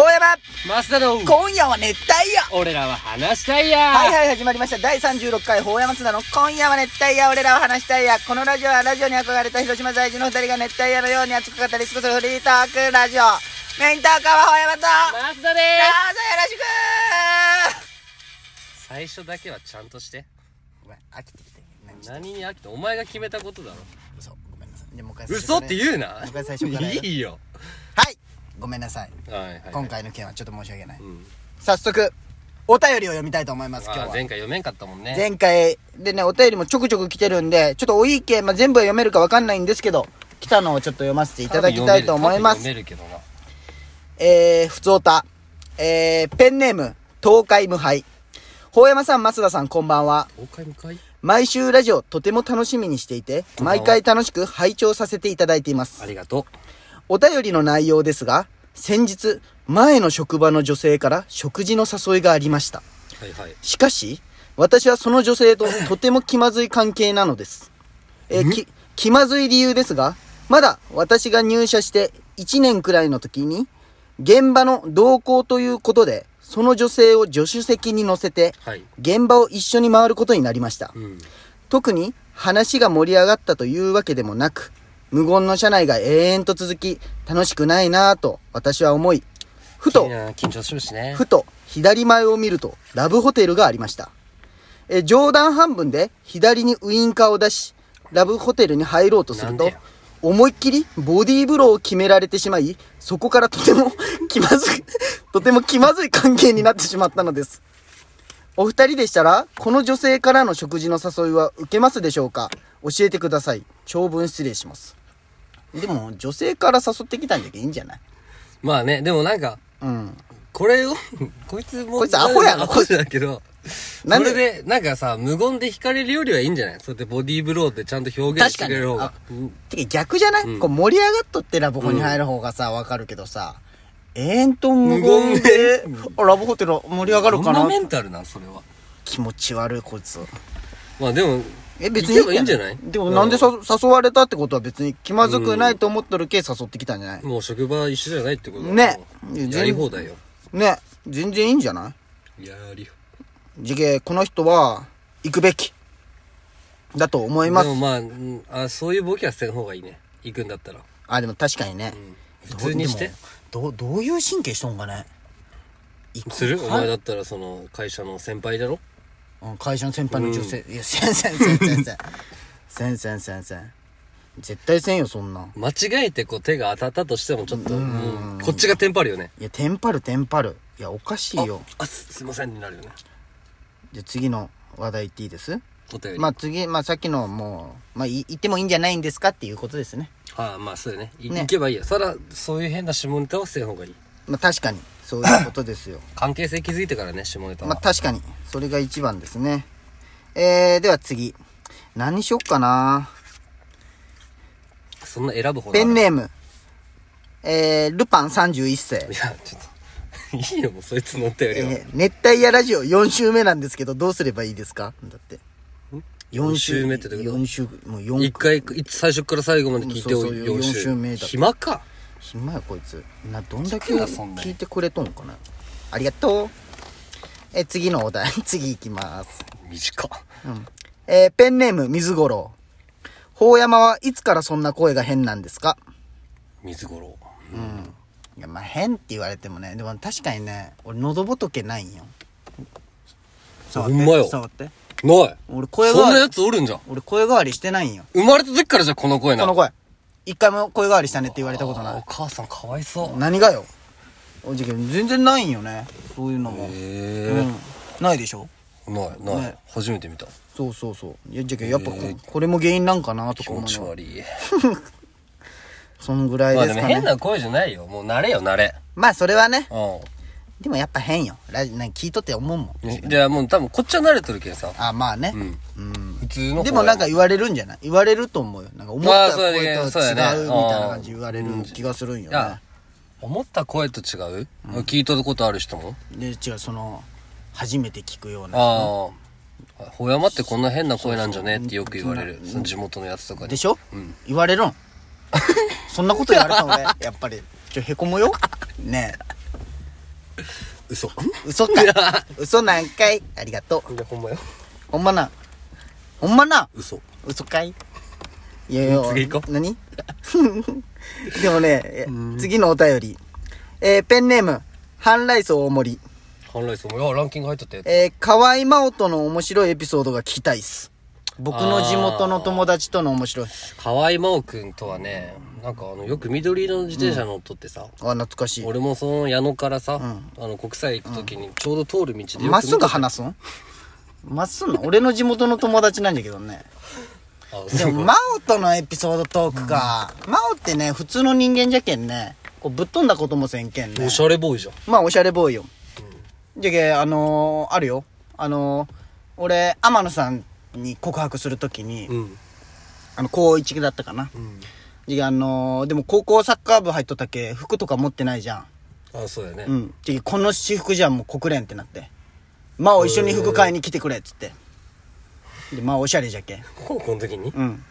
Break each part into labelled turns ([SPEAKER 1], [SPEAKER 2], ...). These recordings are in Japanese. [SPEAKER 1] は
[SPEAKER 2] マスダの
[SPEAKER 1] 今夜は熱帯夜
[SPEAKER 2] 俺らは話したいや
[SPEAKER 1] はいはい始まりました第36回法山津田の今夜は熱帯夜俺らは話したいやこのラジオはラジオに憧れた広島在住の二人が熱帯夜のように熱く語り尽くすフリートークラジオメイントーカーは法山とどうぞよ
[SPEAKER 2] マスダで
[SPEAKER 1] ろしく
[SPEAKER 2] す最初だけはちゃんとして
[SPEAKER 1] ごめん飽きてきて何ちょっ
[SPEAKER 2] 何に飽きてお前が決めたことだろ
[SPEAKER 1] と嘘ごめんなさいでもう一回最初
[SPEAKER 2] 嘘
[SPEAKER 1] か
[SPEAKER 2] っ
[SPEAKER 1] ら
[SPEAKER 2] て言うな
[SPEAKER 1] 僕は最初からやる
[SPEAKER 2] いいよ
[SPEAKER 1] はいごめんなさい
[SPEAKER 2] はいはいはい
[SPEAKER 1] 今回の件はちょっと申し訳ない
[SPEAKER 2] うん
[SPEAKER 1] 早速お便りを読みたいと思います今日
[SPEAKER 2] あ
[SPEAKER 1] は
[SPEAKER 2] 前回読めんかったもんね
[SPEAKER 1] 前回でね、お便りもちょくちょく来てるんで、ちょっとおいいけ、まあ、全部は読めるかわかんないんですけど、来たのをちょっと読ませていただきたいと思いま
[SPEAKER 2] 多分
[SPEAKER 1] す。
[SPEAKER 2] 読める多分読める
[SPEAKER 1] えー、ふつおた。えー、ペンネーム、東海無敗。法山さん、増田さん、こんばんは。
[SPEAKER 2] けどな公開向かい
[SPEAKER 1] 毎週ラジオ、とても楽しみにしていて、
[SPEAKER 2] んばんは
[SPEAKER 1] 毎回楽しく拝聴させていただいています
[SPEAKER 2] あ。りがと
[SPEAKER 1] お便りの内容ですが、先日、前の職場の女性から食事の誘いがありました。
[SPEAKER 2] うはいはい
[SPEAKER 1] しかし、私はその女性ととても気まずい関係なのです。えーき、気まずい理由ですが、まだ私が入社して1年くらいの時に、現場の同行ということで、その女性を助手席に乗せて、
[SPEAKER 2] はい
[SPEAKER 1] 現場を一緒に回ることになりました。
[SPEAKER 2] うん
[SPEAKER 1] 特に話が盛り上がったというわけでもなく、無言の車内が永遠と続き、楽しくないなぁと私は思い、ふと
[SPEAKER 2] いいな緊張するしね
[SPEAKER 1] ふと左前を見るとラブホテルがありました。え、冗談半分で左にウインカーを出し、ラブホテルに入ろうとする
[SPEAKER 2] なん
[SPEAKER 1] と
[SPEAKER 2] でや、
[SPEAKER 1] 思いっきりボディーブローを決められてしまい、そこからとても 気まずい、とても気まずい関係になってしまったのです。お二人でしたら、この女性からの食事の誘いは受けますでしょうか教えてください。長文失礼します。でも、女性から誘ってきたんだけどいいんじゃない
[SPEAKER 2] まあねでもなんか
[SPEAKER 1] うん。
[SPEAKER 2] これを こいつも
[SPEAKER 1] こいつアホやろ
[SPEAKER 2] アホだけどそ
[SPEAKER 1] なんで
[SPEAKER 2] れでなんかさ無言で惹かれるよりはいいんじゃないそれでボディーブローってちゃんと表現
[SPEAKER 1] 確
[SPEAKER 2] し
[SPEAKER 1] か
[SPEAKER 2] てく
[SPEAKER 1] に
[SPEAKER 2] れる方が
[SPEAKER 1] あてか逆じゃない、
[SPEAKER 2] うん
[SPEAKER 1] こう盛り上がっとってラブホに入る方がさ、わかるけどさ、永遠と無言
[SPEAKER 2] 言
[SPEAKER 1] で
[SPEAKER 2] で、
[SPEAKER 1] あラブホテル盛り上がるか
[SPEAKER 2] どん
[SPEAKER 1] な
[SPEAKER 2] メンタルなんそれは
[SPEAKER 1] 気持ち悪い、こいつ。
[SPEAKER 2] まあでも
[SPEAKER 1] え、別
[SPEAKER 2] 行けば
[SPEAKER 1] に
[SPEAKER 2] いいんじゃない
[SPEAKER 1] でもなんでさ誘われたってことは別に気まずくないと思っとるけ誘ってきたんじゃない、
[SPEAKER 2] もう職場一緒じゃないってことだ
[SPEAKER 1] ね
[SPEAKER 2] もうやり放題よ
[SPEAKER 1] ね、全然いいんじゃない
[SPEAKER 2] やり
[SPEAKER 1] 次元、この人は、行くべき。だと思い
[SPEAKER 2] で
[SPEAKER 1] ます
[SPEAKER 2] も。まあ,うん、あそういうボケはせん方がいいね行くんだったら
[SPEAKER 1] あ、でも確かにね。
[SPEAKER 2] 普通にして
[SPEAKER 1] どう、どういう神経しとんかね行く
[SPEAKER 2] するお
[SPEAKER 1] は
[SPEAKER 2] 前だったらその会社の先輩だろ
[SPEAKER 1] うん会社の先輩の女性、いやせんせんせんせんせんせんせんせんせん絶対せんよそんなん
[SPEAKER 2] 間違えてこう手が当たったとしてもちょっとうんこっちがテンパるよね
[SPEAKER 1] いやテンパるテンパるいやおかしいよ
[SPEAKER 2] あすすいませんになるよね
[SPEAKER 1] じゃあ次の話題言っていいです
[SPEAKER 2] お便り
[SPEAKER 1] まあ次まあさっきのもうまあい言ってもいいんじゃないんですかっていうことですね
[SPEAKER 2] ああまあそうだねい
[SPEAKER 1] ね
[SPEAKER 2] 行けばいいよただそういう変な下ネタはせん方がいい
[SPEAKER 1] まあ確かにそういうことですよ
[SPEAKER 2] 関係性気づいてからね下ネタは、
[SPEAKER 1] ま あ確かにそれが一番ですねえー、では次何にしよっかな
[SPEAKER 2] そんな選ぶほど
[SPEAKER 1] ペン
[SPEAKER 2] い
[SPEAKER 1] ネームえー、ルパン31世
[SPEAKER 2] やちょっといいよもうそいつのお便りは、
[SPEAKER 1] えー熱帯夜ラジオ4週目なんですけど、どうすればいいですかだって。
[SPEAKER 2] 四週目ってどういうこと
[SPEAKER 1] 4週、もう
[SPEAKER 2] 一
[SPEAKER 1] 4、
[SPEAKER 2] 回、一最初から最後まで聞いてお
[SPEAKER 1] そうそう
[SPEAKER 2] 4
[SPEAKER 1] 四週目だ
[SPEAKER 2] 暇か。
[SPEAKER 1] 暇やこいつ。な、どんだけ
[SPEAKER 2] 聞くなそんなに
[SPEAKER 1] 聞いてくれとんかな。ありがとう。えー、次のお題、 次行きます。
[SPEAKER 2] 短っ。
[SPEAKER 1] えーペンネーム、水五郎。法山はいつからそんな声が変なんですか
[SPEAKER 2] 水五郎。
[SPEAKER 1] いや、まあ、変って言われてもね、でも確かにね、俺喉仏ないんよ。
[SPEAKER 2] ほんまよ
[SPEAKER 1] 触って。
[SPEAKER 2] ない。
[SPEAKER 1] 俺声変
[SPEAKER 2] そん
[SPEAKER 1] わ
[SPEAKER 2] な
[SPEAKER 1] り
[SPEAKER 2] や、つおるんじゃん。
[SPEAKER 1] 俺声変わりしてないんよ。
[SPEAKER 2] 生まれた時からじゃこの声な。
[SPEAKER 1] この声。一回も声変わりしたねって言われたこと
[SPEAKER 2] あー
[SPEAKER 1] な
[SPEAKER 2] お
[SPEAKER 1] い。
[SPEAKER 2] 母さんかわいそう。
[SPEAKER 1] 何がよ。おじけん全然ないんよね。そういうのも。う
[SPEAKER 2] へ
[SPEAKER 1] ん。ないでしょ
[SPEAKER 2] え。ない、な
[SPEAKER 1] ね
[SPEAKER 2] い。初めて見た。
[SPEAKER 1] そうそうそう。いや、じゃけんやっぱこ,、これも原因なんかなと
[SPEAKER 2] 気
[SPEAKER 1] か
[SPEAKER 2] 持
[SPEAKER 1] 思
[SPEAKER 2] ち
[SPEAKER 1] うの。
[SPEAKER 2] 悪い。
[SPEAKER 1] そのぐら
[SPEAKER 2] まあ
[SPEAKER 1] いで
[SPEAKER 2] ですも
[SPEAKER 1] かね。
[SPEAKER 2] 変
[SPEAKER 1] まあ、
[SPEAKER 2] な声じゃないよ。もう慣れよ、慣れ。
[SPEAKER 1] それはね。
[SPEAKER 2] う
[SPEAKER 1] でもやっぱ変よ。ラジなんか聞いとって思うもん。
[SPEAKER 2] ん。じゃあもう多分こっちは慣れとるけんさ。
[SPEAKER 1] あ、まあね。
[SPEAKER 2] うん。
[SPEAKER 1] うん
[SPEAKER 2] 普通の
[SPEAKER 1] でもなん
[SPEAKER 2] 方
[SPEAKER 1] か
[SPEAKER 2] や
[SPEAKER 1] 言われるんじゃない言われると思うよ。なんか思っ
[SPEAKER 2] あー
[SPEAKER 1] た
[SPEAKER 2] そうだ
[SPEAKER 1] 声
[SPEAKER 2] ね
[SPEAKER 1] と違うみ
[SPEAKER 2] そうだ
[SPEAKER 1] たい
[SPEAKER 2] ね
[SPEAKER 1] な感じ言われる気がするんよ
[SPEAKER 2] いや
[SPEAKER 1] ね。
[SPEAKER 2] 思った声と違う聞いとることある人も
[SPEAKER 1] で、違う、その、初めて聞くような。
[SPEAKER 2] ああ。ほやまってこんな変な声なんじゃねってよく言われる。その地元のやつとかに。
[SPEAKER 1] でしょ、言われるん そんなこと言われた俺やっぱりちょへこむよねえ
[SPEAKER 2] 嘘。
[SPEAKER 1] 嘘かい。嘘なんかい。ありがとう。
[SPEAKER 2] いや、ほんまよ。
[SPEAKER 1] ほんまな。ほんまな。
[SPEAKER 2] 嘘。
[SPEAKER 1] 嘘かいいやいや、
[SPEAKER 2] 次行こう
[SPEAKER 1] 何 でもね、え次のお便り。えーペンネーム、半来荘大森。
[SPEAKER 2] ハンライスも、いや、ランキング入っとったやつ。
[SPEAKER 1] えー、河合真央との面白いエピソードが聞きたいっす。僕の地元の友達との面白い。
[SPEAKER 2] 河合真央くんとはね、なんかあの、よく緑色の自転車乗っとってさ、
[SPEAKER 1] あ、懐かしい。
[SPEAKER 2] 俺もその矢野からさ、あの、国際行くときにちょうど通る道でよく見
[SPEAKER 1] まっすぐ
[SPEAKER 2] とっ
[SPEAKER 1] 話すんまっすぐな俺の地元の友達なんだけ どね。
[SPEAKER 2] あ、
[SPEAKER 1] でも、真央とのエピソードトークか。真央ってね、普通の人間じゃけんね。こうぶっ飛んだこともせんけんね
[SPEAKER 2] お。しゃれボーイじゃん。
[SPEAKER 1] まあ、おしゃれボーイよ。じゃけ、あのー、あるよ。あのー、俺、天野さんに告白するときに、
[SPEAKER 2] うん。
[SPEAKER 1] あの、高一だったかな。じゃあのー、でも高校サッカー部入っとったけ、服とか持ってないじゃん。
[SPEAKER 2] あ、そうだよね。
[SPEAKER 1] うん。じゃあこの私服じゃもう国連ってなって。まあ、一緒に服買いに来てくれ、っつって。で、まあ、おしゃれじゃけん。
[SPEAKER 2] 高校の時に
[SPEAKER 1] うん。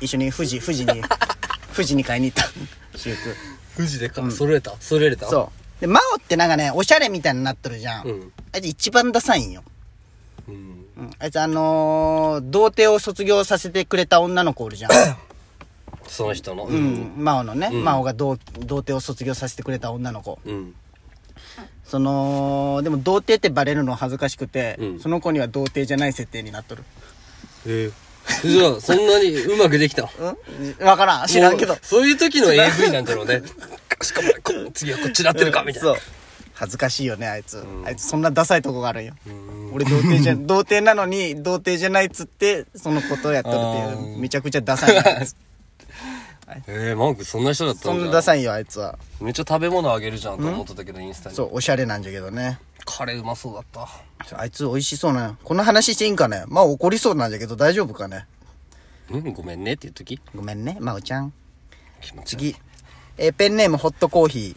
[SPEAKER 1] 一緒に富士、富士に、 富士に買いに行った。私服。
[SPEAKER 2] 富士でか、揃えた揃えれた
[SPEAKER 1] そう。で、真央ってなんかね、おしゃれみたいになっとるじゃん。
[SPEAKER 2] うん
[SPEAKER 1] あいつ一番ダサいんよ。
[SPEAKER 2] う。うん。
[SPEAKER 1] うん、あいつあのー、童貞を卒業させてくれた女の子おるじゃん。
[SPEAKER 2] その人の。う。
[SPEAKER 1] うんん、真央のね、真央が童童貞を卒業させてくれた女の子。
[SPEAKER 2] うん。
[SPEAKER 1] その、でも童貞ってバレるの恥ずかしくて、
[SPEAKER 2] うん
[SPEAKER 1] その子には童貞じゃない設定になっとる。
[SPEAKER 2] ええ。じゃあ、そんなにうまくできたの
[SPEAKER 1] うんわからん。知らんけど
[SPEAKER 2] もう。そういう時の AV なんだろうね。しかも、こ次はこっちなってるか、みたいな。
[SPEAKER 1] そう。恥ずかしいよね、あいつ。あいつそんなダサいとこがあるんよ。俺童 貞じゃ、童貞なのに、童貞じゃないっつって、そのことをやっとるっていう、めちゃくちゃダサいなあ いつ
[SPEAKER 2] ええ、マークそんな人だった
[SPEAKER 1] そん
[SPEAKER 2] ん
[SPEAKER 1] な
[SPEAKER 2] だ
[SPEAKER 1] ダ。サいよ、あいつは。
[SPEAKER 2] めっちゃ食べ物あげるじゃんと思ってたけど、インスタに。
[SPEAKER 1] そう、おしゃれなんじゃけどね。
[SPEAKER 2] カレーうまそうだった。
[SPEAKER 1] あいつ美味しそうなよ。この話していいんかねまあ怒りそうなんじゃけど大丈夫かね
[SPEAKER 2] うん、ごめんねっていう時
[SPEAKER 1] ごめんね、まおちゃん。
[SPEAKER 2] 気持ち
[SPEAKER 1] 次。えーペンネームホットコーヒー。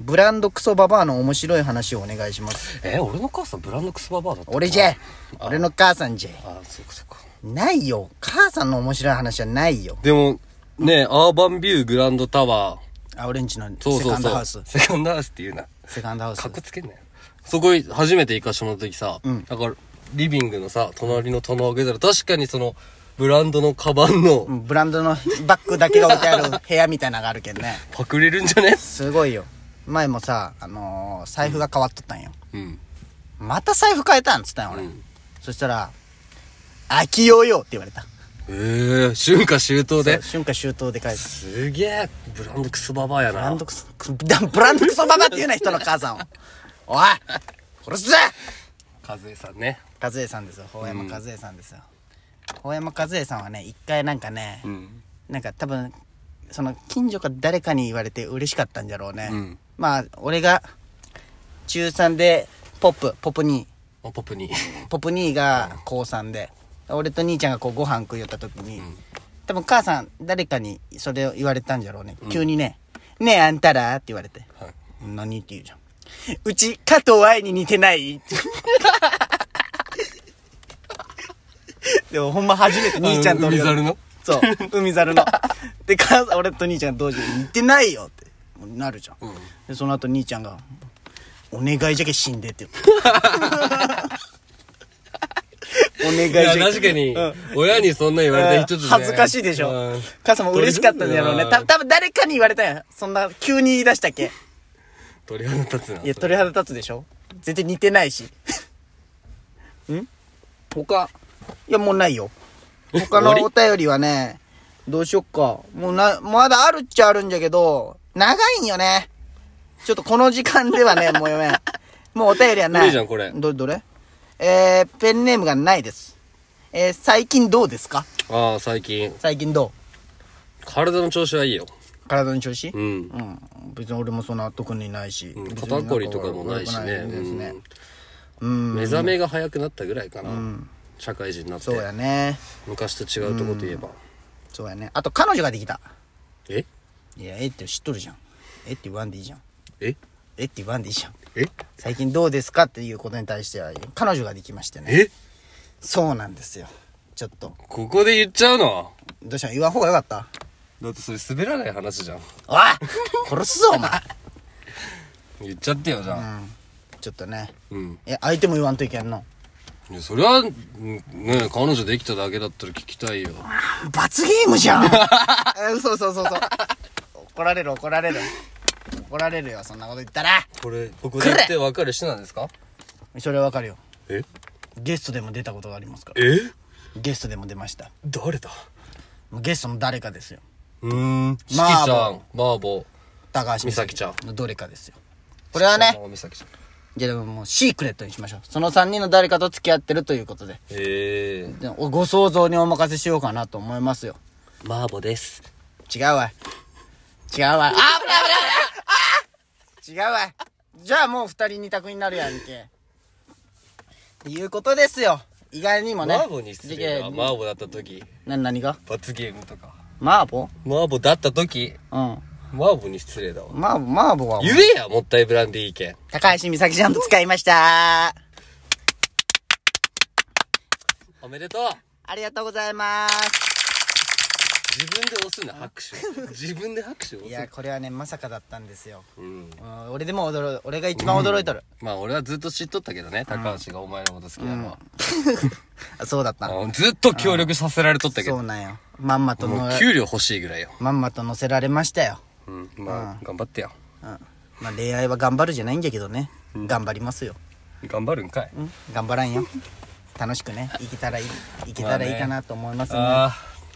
[SPEAKER 1] ブランドクソババアの面白い話をお願いします。
[SPEAKER 2] えー、俺の母さんブランドクスババアだった
[SPEAKER 1] 俺じゃい俺の母さんじゃい
[SPEAKER 2] あそうかそうか
[SPEAKER 1] ないよ。母さんの面白い話はないよ。
[SPEAKER 2] でもねアーバンビューグランドタワー
[SPEAKER 1] あ、オレンジの
[SPEAKER 2] そう
[SPEAKER 1] セ
[SPEAKER 2] そうそう
[SPEAKER 1] カンドハウス。
[SPEAKER 2] セカンドハウスっていうな
[SPEAKER 1] セカンドハウス
[SPEAKER 2] かっ。こつけんなよそこ初めて行かしてもらった時さ、だからリビングのさ隣の棚を開けたら確かにそのブランドのカバンの
[SPEAKER 1] うんブランドのバッグだけが置いてある部 屋みたいなのがあるけどね。
[SPEAKER 2] パクれるんじゃね
[SPEAKER 1] すごいよ。前もさ、あのー財布が変わっとったんよ。
[SPEAKER 2] うん
[SPEAKER 1] また財布変えたんっつったんよ、俺。
[SPEAKER 2] うん
[SPEAKER 1] そしたら、飽きようよって言われた。
[SPEAKER 2] ええー、春夏秋冬で
[SPEAKER 1] 瞬間周到で変えた。
[SPEAKER 2] すげえブランドクスババアや
[SPEAKER 1] ブラ
[SPEAKER 2] な
[SPEAKER 1] ンドクソ、くブランドクソババって言うな人の母さんを。おい殺 すぜ
[SPEAKER 2] 和江さんね
[SPEAKER 1] 和江さんですよ。法山和江さんですよ。法山和江さんはね、一回なんかね、
[SPEAKER 2] ん
[SPEAKER 1] なんか多分、その近所か誰かに言われて嬉しかったんじゃろうね。
[SPEAKER 2] うん
[SPEAKER 1] まあ、俺が、中3でポップ、ポップ2、
[SPEAKER 2] あポップに
[SPEAKER 1] ポップ2が高3で、俺と兄ちゃんがこうご飯食いよった時に、多分母さん誰かにそれを言われたんじゃろうね。急にね、ねえあんたらって言われて。
[SPEAKER 2] はい
[SPEAKER 1] 何って言うじゃん。うち、加藤愛に似てない ってでもほんま初めて兄ちゃんと俺が
[SPEAKER 2] あの海猿の
[SPEAKER 1] そう、海猿の。で、母さん、俺と兄ちゃん同時に似てないよってなるじゃん。で、その後兄ちゃんが、お願いじゃけ死んでって 言うお願い
[SPEAKER 2] い
[SPEAKER 1] じゃ
[SPEAKER 2] や
[SPEAKER 1] け。
[SPEAKER 2] 確かに、
[SPEAKER 1] うん
[SPEAKER 2] 親にそんな言われた人ちょっと、ね、
[SPEAKER 1] 恥ずかしいでしょ
[SPEAKER 2] うん。
[SPEAKER 1] 母さんも嬉しかったんやろうね。
[SPEAKER 2] うん
[SPEAKER 1] た多分誰かに言われたんや。そんな、急に言い出したっけ。
[SPEAKER 2] 鳥肌立つない
[SPEAKER 1] や、鳥肌立つでしょ全然似てないし。ん他、いや、もうないよ。他の
[SPEAKER 2] 終
[SPEAKER 1] お
[SPEAKER 2] わ
[SPEAKER 1] 便りはね、どうしよっか。もうな、まだあるっちゃあるんじゃけど、長いんよね。ちょっとこの時間では ね、もう読めん。もうお便りはない。
[SPEAKER 2] 無理じゃんこれ
[SPEAKER 1] ど、どれえー、ペンネームがないです。えー、最近どうですか
[SPEAKER 2] ああ最近
[SPEAKER 1] 最近ど
[SPEAKER 2] 体の調子はいいよ
[SPEAKER 1] う体の調子
[SPEAKER 2] う。ん
[SPEAKER 1] うん。別に俺もそんな特にないし。
[SPEAKER 2] うん
[SPEAKER 1] 別に
[SPEAKER 2] 肩こりとかもないしね
[SPEAKER 1] なんか悪くですね。
[SPEAKER 2] うん目覚めが早くなったぐらいかな、社会人になって
[SPEAKER 1] そうやね。
[SPEAKER 2] 昔と違うとこといえば、
[SPEAKER 1] そうやね。あと、彼女ができた。
[SPEAKER 2] え
[SPEAKER 1] いや、えって知っとるじゃん。えって言わんでいいじゃん。
[SPEAKER 2] え
[SPEAKER 1] えって言わんでいいじゃん。
[SPEAKER 2] え
[SPEAKER 1] 最近どうですかっていうことに対しては、彼女ができましてね。
[SPEAKER 2] え
[SPEAKER 1] そうなんですよ。ちょっと。
[SPEAKER 2] ここで言っちゃうの
[SPEAKER 1] どうした言わん方がよかった
[SPEAKER 2] だってそれ滑らない話じゃん
[SPEAKER 1] おい殺すぞ、お前。
[SPEAKER 2] 言っちゃってよ、じ
[SPEAKER 1] う
[SPEAKER 2] ゃあ。
[SPEAKER 1] んちょっとね
[SPEAKER 2] うん。
[SPEAKER 1] え相手も言わんといけんの
[SPEAKER 2] いやそりゃ、うんね彼女できただけだったら聞きたいよ。
[SPEAKER 1] 罰ゲー ムじゃんえ嘘嘘嘘嘘怒られる怒られる怒られるよそんなこと言ったら
[SPEAKER 2] これ、ここで言って別れしてなんですか
[SPEAKER 1] それはわかるよ
[SPEAKER 2] え
[SPEAKER 1] ゲストでも出たことがありますから
[SPEAKER 2] え
[SPEAKER 1] ゲストでも出ました
[SPEAKER 2] 誰だ
[SPEAKER 1] ゲストの誰かですよ
[SPEAKER 2] うーん。しきちゃ
[SPEAKER 1] 麻
[SPEAKER 2] ん
[SPEAKER 1] 婆、
[SPEAKER 2] 麻婆。
[SPEAKER 1] 高橋
[SPEAKER 2] 美咲ちゃん
[SPEAKER 1] のどれかですよこれはね
[SPEAKER 2] 麻婆美咲ちゃん。
[SPEAKER 1] じゃあでももうシークレットにしましょうその3人の誰かと付き合ってるということで
[SPEAKER 2] ええ
[SPEAKER 1] でおご想像にお任せしようかなと思いますよ
[SPEAKER 2] 麻婆です。
[SPEAKER 1] 違うわ違うわあ危ない危ない危ないあー違うわじゃあもう二人二択になるやんけっていうことですよ意外にもね
[SPEAKER 2] 麻婆に失礼
[SPEAKER 1] で
[SPEAKER 2] な。麻婆だった時、
[SPEAKER 1] な何が
[SPEAKER 2] 罰ゲームとか。
[SPEAKER 1] 麻婆
[SPEAKER 2] 麻婆だった時、
[SPEAKER 1] うん
[SPEAKER 2] 麻婆に失礼だわ。
[SPEAKER 1] 麻婆麻婆は
[SPEAKER 2] 言えや、もったいぶらんでいいけん。
[SPEAKER 1] 高橋美咲ちゃんと使いました
[SPEAKER 2] おめでとう
[SPEAKER 1] ありがとうございます
[SPEAKER 2] 自分で押すな、拍手。自分で拍手を
[SPEAKER 1] い
[SPEAKER 2] 押
[SPEAKER 1] や
[SPEAKER 2] す。
[SPEAKER 1] これはねまさかだったんですよ、
[SPEAKER 2] うん。
[SPEAKER 1] うん、俺でも驚い俺が一番驚いとる、
[SPEAKER 2] まあ俺はずっと知っとったけどね、高橋がお前のこと好きなのは。
[SPEAKER 1] あそうだった
[SPEAKER 2] あのずっと協力させられとったけ
[SPEAKER 1] そ
[SPEAKER 2] ど
[SPEAKER 1] う。なんよまんまと
[SPEAKER 2] も
[SPEAKER 1] の
[SPEAKER 2] う給料欲しいぐらいよ。
[SPEAKER 1] まんまと乗せられましたよ
[SPEAKER 2] うん。まあ、頑張ってや。
[SPEAKER 1] うんまあ恋愛は頑張るじゃないんだけどね、頑張りますよ、
[SPEAKER 2] 頑張るんかい。
[SPEAKER 1] うん、頑張らんよ楽しくね生きたらいい生きたらいいかなと思いますね,、
[SPEAKER 2] ああ、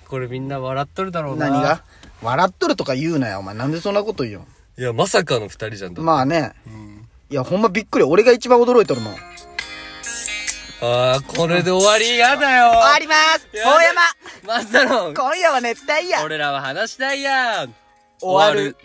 [SPEAKER 2] これみんな笑っとるだろうな。
[SPEAKER 1] 何が笑っとるとか言うなよお前なんでそんなこと言うん
[SPEAKER 2] いや、まさかの二人じゃん。
[SPEAKER 1] まあね、いやほんまびっくり俺が一番驚いとるもん終
[SPEAKER 2] ああ、これで終わり、やだよ。
[SPEAKER 1] わります
[SPEAKER 2] や
[SPEAKER 1] 大
[SPEAKER 2] だま
[SPEAKER 1] 山
[SPEAKER 2] さろん。
[SPEAKER 1] 今夜は熱帯夜
[SPEAKER 2] 俺らは話したいやん。
[SPEAKER 1] 終わる